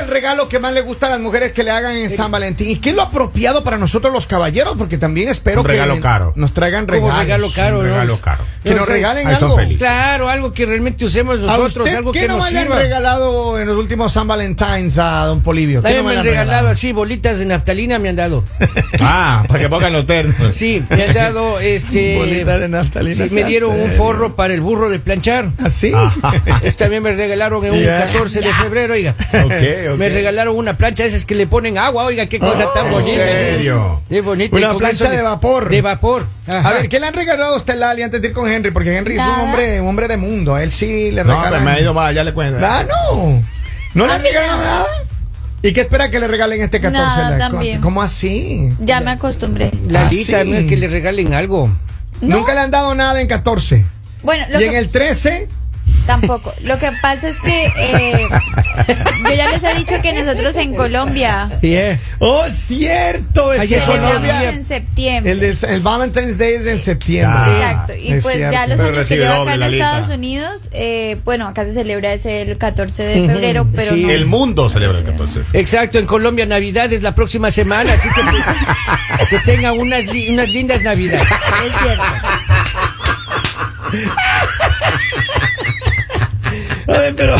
el regalo que más le gusta a las mujeres que le hagan en San Valentín? ¿Y qué es lo apropiado para nosotros los caballeros? Porque también espero Un que regalo caro. nos traigan Como regalos. regalo caro, un ¿no? regalo caro. Que nos regalen Ahí son algo. felices. Claro, algo que realmente usemos ¿A nosotros, usted algo qué que no nos me le han sirva. regalado en los últimos San Valentines a don Polivio? ¿Qué También no me han regalado así bolitas de naftalina, me han dado. Ah, para que pongan los ternos. Sí, me han dado este. Bolitas de naftalina, Sí, me sea dieron un serio. forro para el burro de planchar. ¿Así? Eso también me regalaron en un Ya. 14 de febrero, oiga. Ok, ok. Me regalaron una plancha de esas que le ponen agua, oiga, qué cosa Oh, tan ¿en bonita. serio? Qué bonita. Una y con plancha eso de vapor. De vapor. Ajá. A ver, ¿qué le han regalado a usted, Lali, antes de ir con Henry? Porque Henry es un Nada. hombre, un hombre de mundo. A él sí le No, pero regalan. me ha ido mal, ya le cuento. Ah, no. ¿No le A han mí regalado no. nada? ¿Y qué espera que le regalen este 14? Nada, la- también. ¿Cómo así? Ya me acostumbré. Lalita, Ah, sí. no es que le regalen algo. No. Nunca le han dado nada en 14. Bueno, lo Y en que, el 13, tampoco. Lo que pasa es que eh, yo ya les he dicho que nosotros en Colombia, Yeah. oh, cierto, es Ay, que ya se me Colombia- había- en septiembre. el, des- el Valentine's Day es en septiembre. Ah, Exacto, y es pues ya cierto. los Pero años que recibe llevo doble acá en la lista. Estados Unidos, eh, bueno, acá se celebra es el 14 de febrero, pero sí. no. El mundo celebra el 14. Exacto, en Colombia Navidad es la próxima semana, así que, que tenga unas, li- unas lindas Navidades. Es cierto. Oye, pero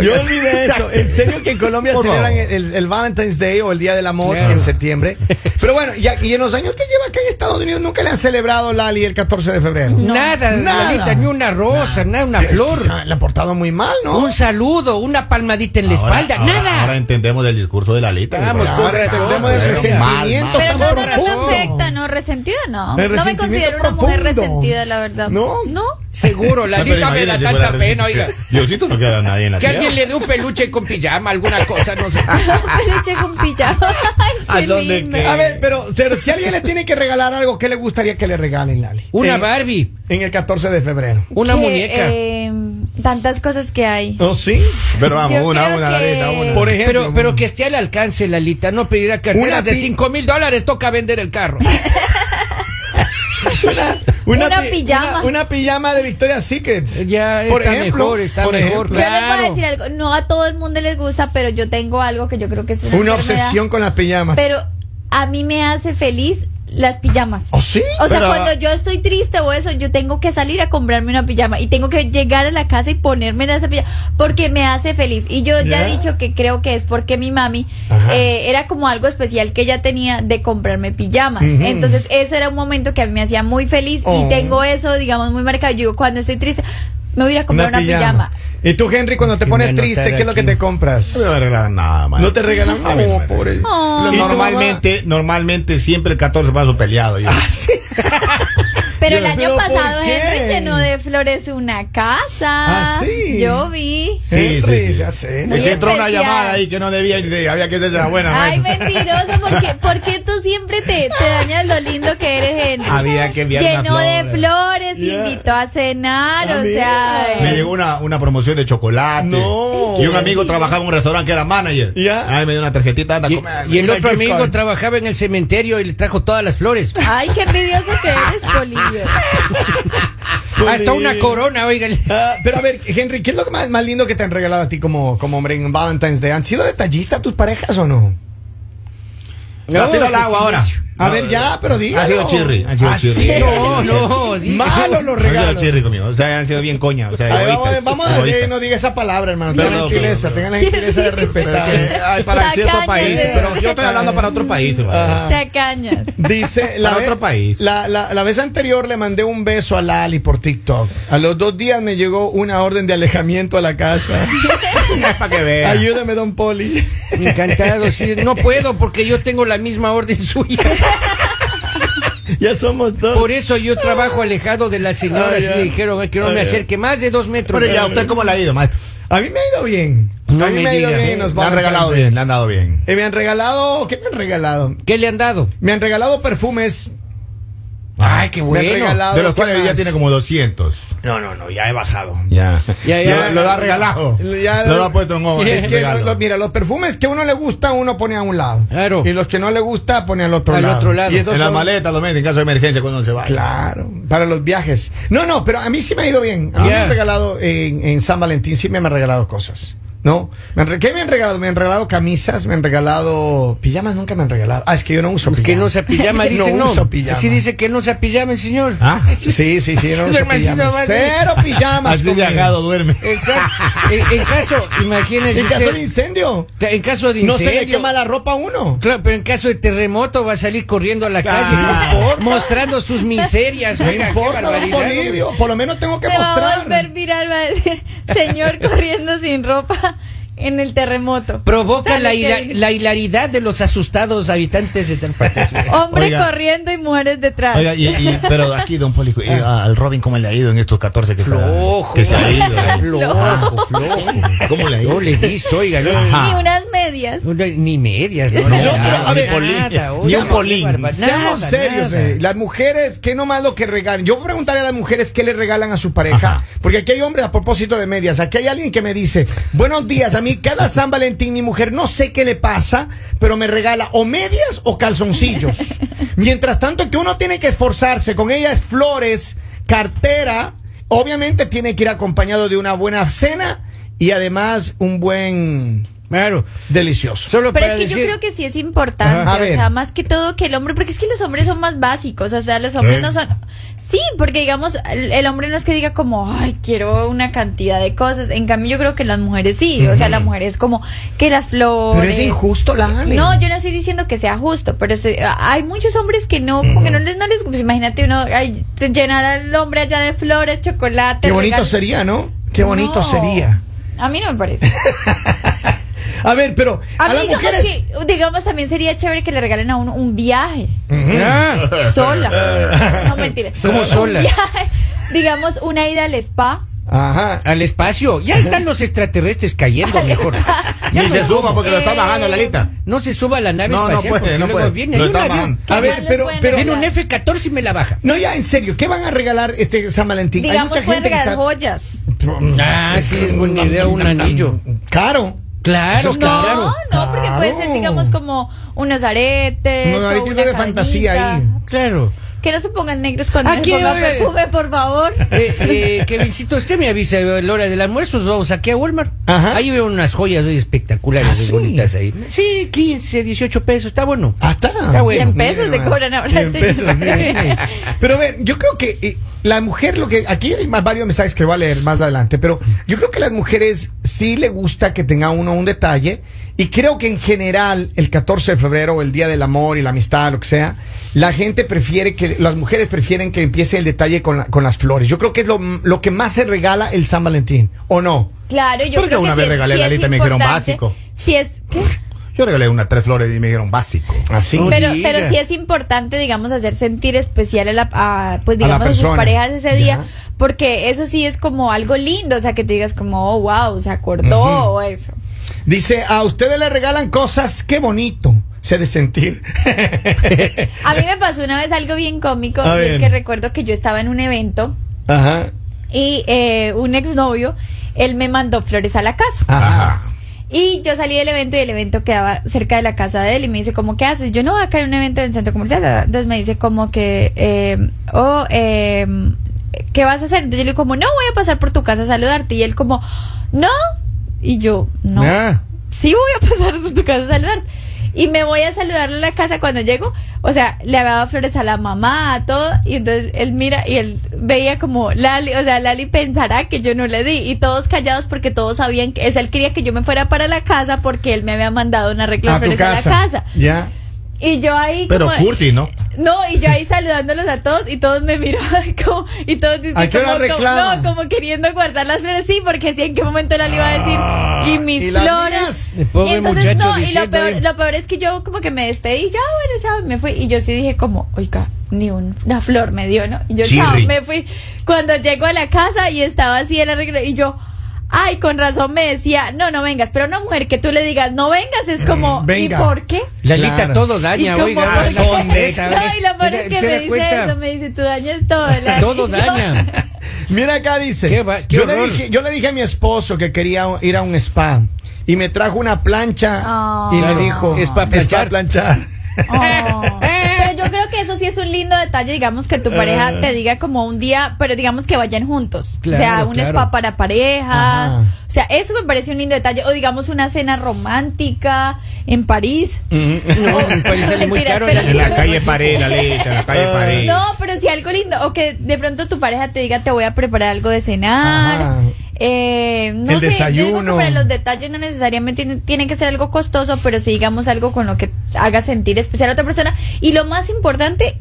yo Oiga, olvidé sí, eso. sí. En serio que en Colombia Por celebran celebran el- el, el Valentine's Day o el Día del Amor Claro. en septiembre. Pero bueno, ya- y en los años que lleva acá en Estados Unidos nunca le han celebrado Lali el 14 de febrero. nada, Nada. Lalita, ni una rosa, nada, una Es que flor. se ha- le ha portado muy mal, ¿no? Un saludo, una palmadita en la Ahora- espalda, ahora- nada. Ahora entendemos el discurso de la lista. Vamos, Ahora- con Ahora razón. entendemos el Pero resentimiento. Pero no, no nos profundo. afecta, no, resentida no. El No me resentimiento considero una mujer profundo. resentida, la verdad. ¿No? No. Seguro, Lalita me da Imagínese si fuera tanta pena, oiga. resentido. Diosito no queda nadie en la Que tierra. alguien le dé un peluche con pijama, alguna cosa, no sé. Peluche pues con pijama. Ay, qué ¿A dónde lindo. qué? A ver, pero, pero si alguien le tiene que regalar algo, ¿qué le gustaría que le regalen, Lali? Una En- Barbie, En el 14 de febrero. una Que, muñeca. eh, tantas cosas que hay. ¿Oh, sí? Pero vamos, Yo una, creo una, que- Lalita, una. Por ejemplo. pero, pero que esté al alcance, Lalita, no pedirá Una carteras de pi- 5 mil dólares, toca vender el carro. Una pi- pijama. Una, una pijama de Victoria's Secret. Ya Por está ejemplo, mejor, está por mejor. ejemplo. Yo les voy a Claro. decir algo. No a todo el mundo les gusta, pero yo tengo algo que yo creo que es una, Una enfermedad. obsesión con las pijamas. Pero a mí me hace feliz las pijamas. ¿Oh, sí? O sea, Pero- cuando yo estoy triste o eso, yo tengo que salir a comprarme una pijama y tengo que llegar a la casa y ponerme esa pijama porque me hace feliz. Y yo ya Ya. he dicho que creo que es porque mi mami Ajá. eh, era como algo especial que ella tenía de comprarme pijamas. Ujú. Entonces, eso era un momento que a mí me hacía muy feliz Oh. y tengo eso, digamos, muy marcado. Yo digo, cuando estoy triste, me voy a ir a comprar una, pijama. ¿Y tú, Henry, cuando te Déjenme pones anotar triste, qué es lo aquí. que te compras? No me regalan nada, man. No te regalan A mí no me nada. pobre. Oh. Y normalmente, normalmente siempre el 14 paso peleado. Yo. Pero el Yo- año ¿pero por pasado qué? Henry llenó de flores una casa. ¿Ah, sí? Yo vi. Sí, Henry, sí, sí. ya sé, Es muy que entró una especial. llamada ahí que no debía y de- había que ser la buena. Ay, maestro. mentiroso, ¿por qué, por qué tú siempre te, te dañas lo lindo que eres, Henry? Había que enviar Llenó una de flor. flores, Yeah. invitó a cenar, Ah, o mira. sea... Me eh, llegó una, una promoción de chocolate. No. Y un amigo trabajaba en un restaurante que era manager. Ya. Ay, me dio una tarjetita. Anda, Y, come, y el come otro gift amigo card. trabajaba en el cementerio y le trajo todas las flores. Ah, Ay, qué envidioso que eres, Polivio. Ah. Ah, Hasta una corona, oiga. Ah, pero a ver, Henry, ¿qué es lo que más, más lindo que te han regalado a ti como, como hombre en Valentine's Day? ¿Han sido detallistas tus parejas o no? La tiro al ese agua ahora. silencio. A No, ver, ya, pero diga. Ha sido chirri. Ha sido chirri. No, no, diga. Malo los Han sido regalos. chirri conmigo. O sea, han sido bien coña. O sea, A ver, vamos, egoístas, vamos a decir, egoístas. no diga esa palabra, hermano. Tengan Perdón, gentileza, perdón, tengan la gentileza de respetar. Pero que hay para Tacañas, cierto país. eh. Pero yo estoy hablando para otro país. hermano. Tacañas. Dice la Para vez, otro país. La, la- la vez anterior le mandé un beso a Lali por TikTok. A los dos días me llegó una orden de alejamiento a la casa. Para que vean. Ayúdame, don Poli. Encantado, sí. No puedo porque yo tengo la misma orden suya. ya somos dos. Por eso yo trabajo alejado de las señoras Ah, ya. y le dijeron que no Ah, me ya. acerque más de dos metros. Pero ya, ¿usted cómo le ha ido, maestro? A mí me ha ido bien. No a mí me eh. ha ido diga. bien. en los Le han Valentine's regalado Day. bien, le han dado bien. Eh, me han regalado. ¿Qué me han regalado? ¿Qué le han dado? Me han regalado perfumes. Ay, qué Me han bueno. regalado. De los ¿qué cuales ya más? tiene como 200. No, no, no, ya he bajado. Ya. Ya, ya. Lo, lo ha regalado. Ya lo, lo- ha puesto en obra. Es ese que regalo. lo- mira, los perfumes que a uno le gusta, uno pone a un lado. Claro. Y los que no le gusta, pone al otro Al lado. otro lado. Y esos en la son- maleta lo mete en caso de emergencia cuando se va. Claro, para los viajes. No, no, pero a mí sí me ha ido bien. A mí me Yeah. han regalado en, en San Valentín, sí me han regalado cosas. ¿No? Me han re- ¿Qué me han regalado? Me han regalado camisas, me han regalado pijamas, nunca me han regalado. Ah, es que yo no uso Pues pijamas. que no usa pijama, dice no. uso pijama. Así dice que no usa pijama el señor. Ah, Sí, sí, sí, no uso Duerme así pijamas. nomás, ¿eh? Cero pijamas. así conmigo. de agado duerme. Exacto. En, en caso, imagínese En caso usted, de incendio. en caso de No se le incendio, quema la ropa a uno. Claro, pero en caso de terremoto va a salir corriendo a la Claro. calle No importa. mostrando sus miserias. No oiga, qué importa, don barbaridad, hombre. Polivio. Por lo menos tengo que Se va a volver mostrar. viral, va a decir, señor corriendo sin ropa en el terremoto. Provoca ¿Sabe la, qué hila- dice? la hilaridad de los asustados habitantes de tal parte. Hombre Oiga. corriendo y mujeres detrás. Oiga, y, y- pero aquí, don Poli, y Ah. al Robin, ¿cómo le ha ido en estos 14 que, está- Flojo, que se ha ido? ¿eh? flojo, flojo. ¿Cómo le ha ido? Yo le diste, oiga, no, Ajá. Ni unas medias. no, ni medias, no, No, pero, a ver, polín, oiga, ni un qué polín. barba- Seamos nada, serios, nada. eh. las mujeres, qué nomás lo que regalan. Yo preguntaré a las mujeres qué le regalan a su pareja, Ajá. porque aquí hay hombres a propósito de medias. Aquí hay alguien que me dice, buenos días, a mí cada San Valentín mi mujer no sé qué le pasa, pero me regala o medias o calzoncillos. Mientras tanto que uno tiene que esforzarse, con ella es flores, cartera, obviamente tiene que ir acompañado de una buena cena y además un buen Claro, delicioso. solo Pero para es que decir- yo creo que sí es importante, Ajá. A o ver. sea, más que todo que el hombre, porque es que los hombres son más básicos, o sea, los hombres Sí. no son... Sí, porque digamos, el, el hombre no es que diga como, ay, quiero una cantidad de cosas, en cambio yo creo que las mujeres sí, o sea, la mujer es como que las flores... Pero es injusto, la Ale. No, yo no estoy diciendo que sea justo, pero estoy- hay muchos hombres que no, como que no les, no les, pues imagínate uno ay, te llenar al hombre allá de flores, chocolate. Qué bonito regalos. sería, ¿no? Qué bonito No. sería. A mí no me parece. A ver, pero a, A mí las digamos mujeres. que, digamos, también sería chévere que le regalen a uno un viaje Ah, sola. No mentira. ¿Cómo Un sola? viaje, digamos, una ida al spa. Ajá. al espacio. Ya están los extraterrestres cayendo mejor. Ya Ni no- se suba porque lo está Eh, bajando la lista. No se suba a la nave No, no espacial puede, porque no luego puede. viene Lo ahí un está avión. bajando. A ver, mal pero, les pero. pueden Viene un F-14 y me la baja. No, ya, en serio, ¿qué van a regalar este San Valentín? Digamos, pueden que regalar está- joyas. Ah, sí, es buena idea un anillo. Caro. Claro, Eso es No, claro. no, porque puede ser, Claro. digamos, como unos aretes. Unos o aretitos una de fantasía cadenita. ahí. Claro. Que no se pongan negros cuando Aquí, se ponga oiga. perfume, por favor. Eh, eh, Kevincito, usted me avisa a la hora del almuerzo, nos vamos aquí a Walmart. Ajá. Ahí veo unas joyas hoy espectaculares, Ah, muy sí. bonitas ahí. Sí, 15, 18 pesos, está bueno. Ah, está. Está bueno. Cien pesos Miren le nomás. cobran ahora, Cien sí. pesos, miren. Pero a ver, yo creo que eh, la mujer, lo que. Aquí hay más varios mensajes que voy a leer más adelante, pero yo creo que las mujeres sí le gusta que tenga uno un detalle. Y creo que en general, el 14 de febrero, o el Día del Amor y la Amistad, lo que sea, la gente prefiere que. Las mujeres prefieren que empiece el detalle con, la- con las flores. Yo creo que es lo, lo que más se regala el San Valentín, ¿o no? Claro, yo Pero yo creo una que vez sí- regalé sí la es lista y me dijeron importante. básico. Si es. ¿qué? Yo regalé unas tres flores y me dijeron básico. Así. No pero, diga. pero sí es importante, digamos, hacer sentir especial a, la, a, pues, A la digamos, a, sus persona. parejas ese Ya. día, porque eso sí es como algo lindo, o sea, que te digas como, oh, wow, se acordó o eso. Dice, a ustedes le regalan cosas, qué bonito. Se ha de sentir. A mí me pasó una vez algo bien cómico, A y es ver. que recuerdo que yo estaba en un evento Ajá. y eh, un exnovio, él me mandó flores a la casa. Ajá. Y yo salí del evento y el evento quedaba cerca de la casa de él y me dice, como, ¿qué haces? Yo no voy acá en un evento en el centro comercial. ¿verdad? Entonces me dice como que, eh, oh, eh, ¿qué vas a hacer? Entonces yo le digo como, no, voy a pasar por tu casa a saludarte. Y él como, no. Y yo, no. Ah. Sí voy a pasar por tu casa a saludarte. Y me voy a saludarle a la casa cuando llego. O sea, le había dado flores a la mamá, a todo. Y entonces él mira y él veía como Lali, o sea, Lali pensará que yo no le di. Y todos callados porque todos sabían que, o sea, él quería que yo me fuera para la casa porque él me había mandado un arreglo de A tu flores a la casa. casa. Ya. Y yo ahí. Pero como- cursi, ¿no? no, y yo ahí saludándolos a todos y todos me miraban como, y todos dicen ¿A qué hora como, como- reclaman? no, como queriendo guardar las flores, sí, porque sí, en qué momento la le iba a decir, y mis Ah, ¿y las mías? flores. El pobre y muchacho entonces no, y diciendo lo ahí. peor, lo peor es que yo como que me despedí, ya bueno, chao, me fui. Y yo sí dije como, oiga, ni un- una flor me dio, ¿no? Y yo, chao, Chirri. me fui. Cuando llego a la casa y estaba así el arreglo, y yo, ay, con razón me decía, no, no vengas, pero una mujer que tú le digas, no vengas, es como, venga. ¿y por qué? La lita Claro. todo ¿Y Mm, daña, cómo oiga. por qué? razón de esa, ¿eh?". No, y lo peor es que ¿Se me da dice cuenta? eso, me dice, tú dañas todo. la- Todo y yo- daña. Mira acá dice. Qué va- qué yo, le horror. dije, yo le dije a mi esposo que quería ir a un spa y me trajo una plancha Ah. y Claro. me dijo Es pa' "Es pa' planchar". planchar. Oh. Pero yo creo que eso sí es un lindo detalle, digamos, que tu Eh. pareja te diga como un día, pero digamos que vayan juntos. o sea, Claro, un claro. spa para pareja. Ajá. O sea, eso me parece un lindo detalle. O digamos una cena romántica en París. No, en París sale muy Mentira, caro. pero la- En la sí. calle Paré, la letra, en la Ah. calle Paré. No, pero sí algo lindo. O que de pronto tu pareja te diga, te voy a preparar algo de cenar. Ajá. Eh, no El sé, yo digo que desayuno. para los detalles no necesariamente tiene, tiene que ser algo costoso, pero sí digamos algo con lo que haga sentir especial a otra persona. Y lo más importante,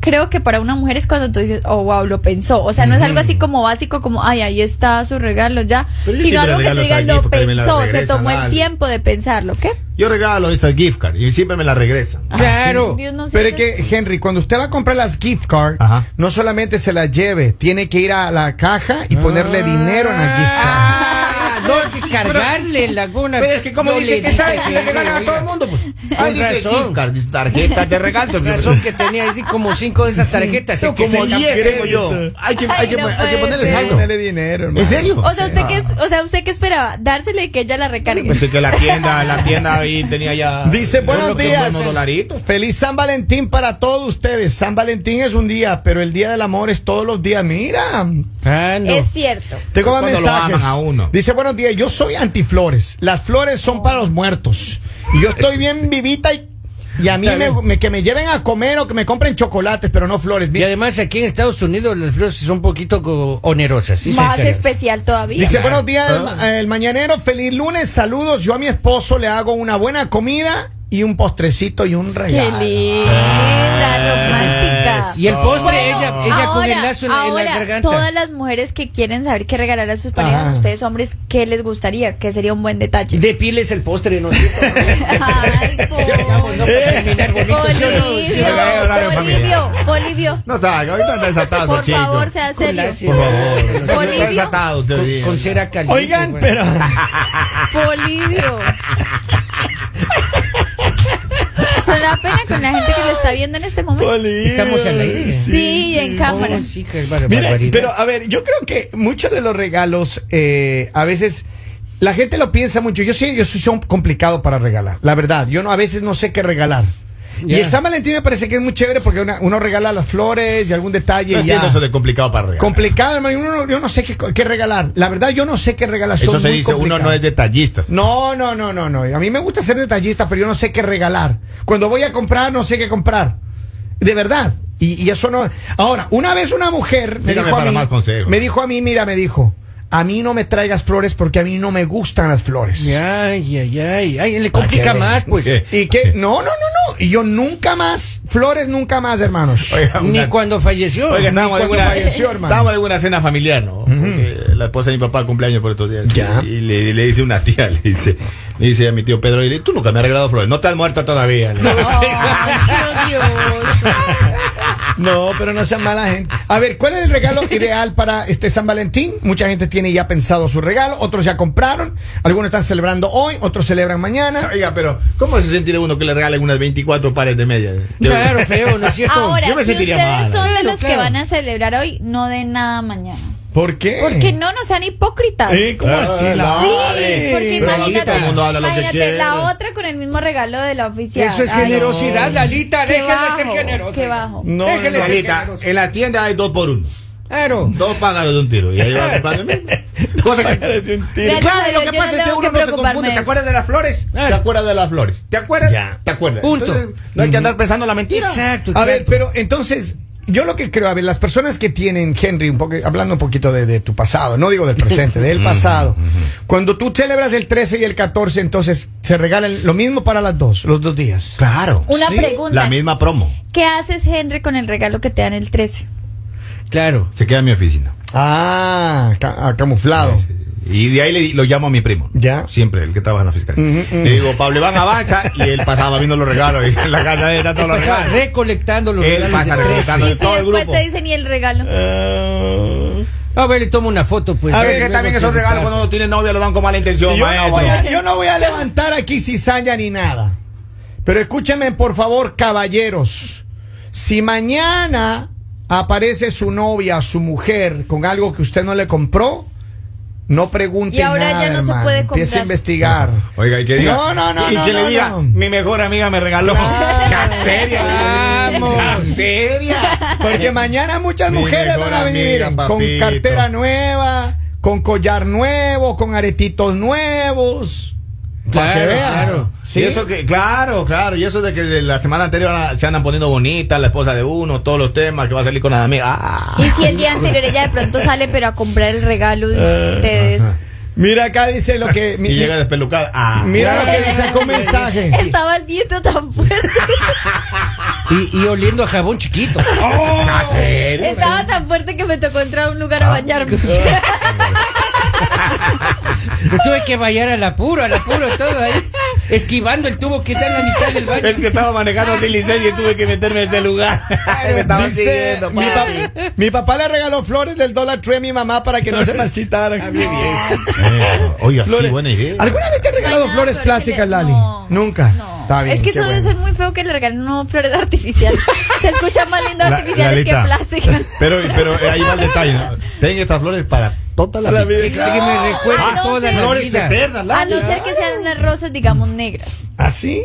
creo que para una mujer es cuando tú dices, oh, wow, lo pensó. O sea, no es algo así como básico, como, ay, ahí está su regalo ya, Pero yo siempre sino algo que regalo te diga, esa lo gift porque me la pensó, se regresan, tomó el dale. tiempo de pensarlo, ¿qué? Yo regalo esas gift cards y siempre me las regresan. Ah, Claro. Dios no sé Pero es qué- que, Henry, cuando usted va a comprar las gift cards, Ajá. no solamente se las lleve, tiene que ir a la caja y ponerle dinero en la gift card. Ah, no, hay que cargarle la gona. Pero es que como No dice le que está, dije tiene que ganar a oiga, todo el mundo. Pues. Ahí Con dice razón. gift card, dice tarjeta de regalo. Razón que tenía así como cinco de esas tarjetas. Tengo y que como se- 10 tengo yo. Hay que, hay Ay, que, no hay que puede ponerle ser. saldo. Ponerle dinero, hermano. ¿En serio? O sea, ¿usted qué, es- o sea, ¿usted qué esperaba? Dársele y que ella la recargue. Pensé que la tienda, la tienda ahí tenía ya. Dice, buenos uno que días. unos dolaritos. Feliz San Valentín para todos ustedes. San Valentín es un día, pero el día del amor es todos los días. Mira. Ah, no. Es cierto. Tengo más Cuando lo mensajes. aman a uno. Dice, buenos días, yo soy antiflores. Las flores son para los muertos. Y yo estoy bien vivita y, y a mí Está me, bien. me- que me lleven a comer o que me compren chocolates, pero no flores. Y Mi- además aquí en Estados Unidos las flores son un poquito co- onerosas. sí, son Más caras. especial todavía. Dice, Claro. buenos días, el, Ah. el mañanero, feliz lunes, saludos. Yo a mi esposo le hago una buena comida y un postrecito y un Qué regalo. linda, romántica. Y el postre, ella, ella con el ahora- lazo en, en ahora, la garganta. Todas las mujeres que quieren saber qué regalar a sus parejas, Ajá. ustedes hombres, ¿qué les gustaría? ¿Qué sería un buen detalle? Depiles el postre, ¿no? Ay, Vamos, no, para terminar bonito, ¿sí o no? Sí, Bolivio, hablar- hablar en familia. Bolivio, Bolivio, No sabe, ahorita está desatado, por chico. favor, sea Con serio. lacio. Por favor. Bolivio. Está desatado usted Con, bien. con cera caliente. Oigan, bueno. pero... Bolivio. Son la pena con la gente que lo está viendo en este momento. Estamos al aire. Sí, en cámara. Oh, sí, qué bar- Mira, barbaridad. pero a ver, yo creo que muchos de los regalos eh, a veces la gente lo piensa mucho. Yo sí, yo soy son complicado para regalar. La verdad, yo no a veces no sé qué regalar. Ya. Y el San Valentín me parece que es muy chévere porque una- uno regala las flores y algún detalle. No y ya. entiendo eso de complicado para regalar. Complicado, hermano. Uno no- yo no sé qué, qué regalar. La verdad, yo no sé qué regalar. Soy Eso se muy dice, uno complicado. no es detallista. No, no, no, no, no. A mí me gusta ser detallista, pero yo no sé qué regalar. Cuando voy a comprar, no sé qué comprar. De verdad. Y, y eso no. Ahora, una vez una mujer me Sígame dijo, a para mí, más consejos. me dijo a mí, mira, me dijo, a mí no me traigas flores porque a mí no me gustan las flores. Ay, ay, ay. Ay, le complica qué? más, pues. ¿Qué? Y que, no, no, no, no. Y yo nunca más, flores nunca más, hermanos. Oiga, Ni una- cuando falleció. Oiga, Ni estábamos de, cuando una, falleció, hermano. estábamos de una cena familiar, ¿no? Porque La esposa de mi papá cumpleaños por estos días. Ya. Y le, y le dice una tía, le dice, le dice a mi tío Pedro, y le dice, tú nunca me has regalado flores, no te has muerto todavía. ¿no? Ay, qué odioso. No, pero no sean mala gente. A ver, ¿cuál es el regalo ideal para este San Valentín? Mucha gente tiene ya pensado su regalo, otros ya compraron, algunos están celebrando hoy, otros celebran mañana. Oiga, pero ¿cómo se sentirá uno que le regalen unas 24 pares de medias? Yo- Claro, feo, ¿no es cierto? Ahora, Yo me si sentiría ustedes mal. son de Claro, los que claro. van a celebrar hoy, no den nada mañana. ¿Por qué? Porque no, no sean hipócritas. Eh, ¿Cómo Ah, así? la- Sí, Ay, porque pero ahorita imagínate, todo el mundo habla lo que imagínate, quiere. la otra con el mismo regalo de la oficial. Eso es Ay, generosidad, Lalita. Qué Déjale bajo, ser generosa. qué Mm. bajo. No, Déjale ser Lalita, generosa. en la tienda hay dos por uno. Claro. Dos pájaros de un tiro. Y ahí va comprando. Cosa que. Gracias Claro, lo a Dios, que pasa yo no es que tengo uno que no se confunde. preocuparme ¿Te de acuerdas de las flores? Claro. ¿Te acuerdas de las flores? ¿Te acuerdas? Ya. ¿Te acuerdas? Punto. Entonces, no hay que andar pensando la mentira. Exacto, exacto. A ver, pero entonces, yo lo que creo, a ver, las personas que tienen, Henry, un poco, hablando un poquito de, de tu pasado, no digo del presente, del pasado. Cuando tú celebras el 13 y el 14, entonces se regalan lo mismo para las dos, los dos días. Claro. Una Sí, pregunta. La misma promo. ¿Qué haces, Henry, con el regalo que te dan el 13? Claro. Se queda en mi oficina. Ah, ca- ah, camuflado. Y de ahí le- lo llamo a mi primo. Ya. Siempre, el que trabaja en la fiscalía. Ujú, ujú. Le digo, Pablo Iván avanza. Y él pasaba viendo los regalos. Y en la casa de era todos los Pasaba regalos. recolectando los Él regalos pasa de- recolectando. Claro, y de si todo el después grupo. te dicen y el regalo. A ver, le tomo una foto, pues. A Ya, ver, que luego también se esos me regalos pasa. cuando no tienen novia lo dan con mala intención. yo, no maestro. voy a, yo no voy a levantar aquí cizaña ni nada. Pero escúchame, por favor, caballeros. Si mañana aparece su novia, su mujer, con algo que usted no le compró, No pregunte Y ahora nada, ya no se hermano. puede Empiece a comprar. investigar. Oiga, y que diga. No, no, no, Y no, que no, le diga, no. mi mejor amiga me regaló. Claro. Sea seria. Vamos. sea seria. Porque mañana muchas Mi mujeres mejor van a venir amiga, con papito. cartera nueva, con collar nuevo, con aretitos nuevos. Para que Claro, vean. claro. Sí. Y eso que, claro, claro. Y eso de que de la semana anterior ah, se andan poniendo bonitas, la esposa de uno, todos los temas, que va a salir con las amigas. Ah. Y si el día anterior ella de pronto sale, pero a comprar el regalo Ah, de ustedes. Mira acá dice lo que. mi- y llega despelucada. Ah. mira lo que dice acá un mensaje. Estaba el viento tan fuerte. Y, y oliendo a jabón chiquito. Oh. ¿Ah, serio? Estaba tan fuerte que me tocó entrar a un lugar a bañarme. Tuve que bailar al apuro, al apuro, todo ahí. Esquivando el tubo que está en la mitad del baño. Es que estaba manejando sin licencia y tuve que meterme en este lugar. Me estaban Dice, siguiendo, mi, papi. pa- mi papá le regaló flores del Dollar Tree a mi mamá para que no se marchitaran. Eh, Oiga, sí, Flores. buena idea. ¿Alguna vez te han regalado Ay, no, flores pero plásticas, es que- Lali? no. Nunca. No. Está bien, es que qué eso debe bueno. ser muy feo que le regalen no flores artificiales. Se escucha más lindo La- artificiales que Lalita, plásticas. Pero, pero eh, ahí va el detalle. ¿no? Ten estas flores para toda la, vida. Es que me recuerda Ah, no, toda sí. la Flores vida. eternas, A Lali. no ser que sean unas rosas, digamos, negras. ¿Ah, sí?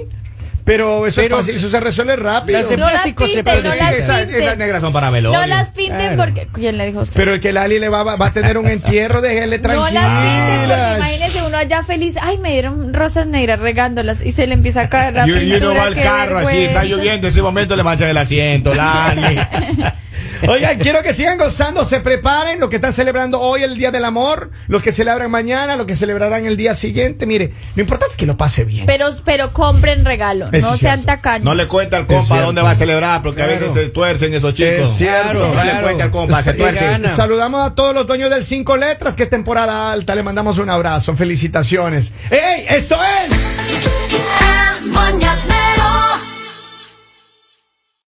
Pero eso Pero- es fácil, eso se resuelve rápido. Las de No las plástico se pinten, puede. no las Esas, pinten. esas negras son para velorio. No las pinten Claro. porque. ¿Quién le dijo a usted? Pero el que Lali le va, va a tener un entierro, déjele no tranquila. las pinten porque imagínese uno allá feliz. Ay, me dieron rosas negras regándolas y se le empieza a caer la Y, y uno pintura, pues. va al qué carro así, vergüenza. está lloviendo, en ese momento le manchan el asiento, Lali. Oigan, quiero que sigan gozando, se preparen, los que están celebrando hoy el Día del Amor, los que celebran mañana, los que celebrarán el día siguiente. Mire, lo importante es que lo pase bien. Pero, pero compren regalo, Eso no es sean cierto. tacaños. No le cuenta al Es compa cierto. dónde va a celebrar, porque a Claro. veces se tuercen esos Es chicos. cierto. No le cuente al compa, se Sí, tuerce. gana. Saludamos a todos los dueños del Cinco Letras, que es temporada alta. Le mandamos un abrazo, felicitaciones. ¡Ey! Esto es.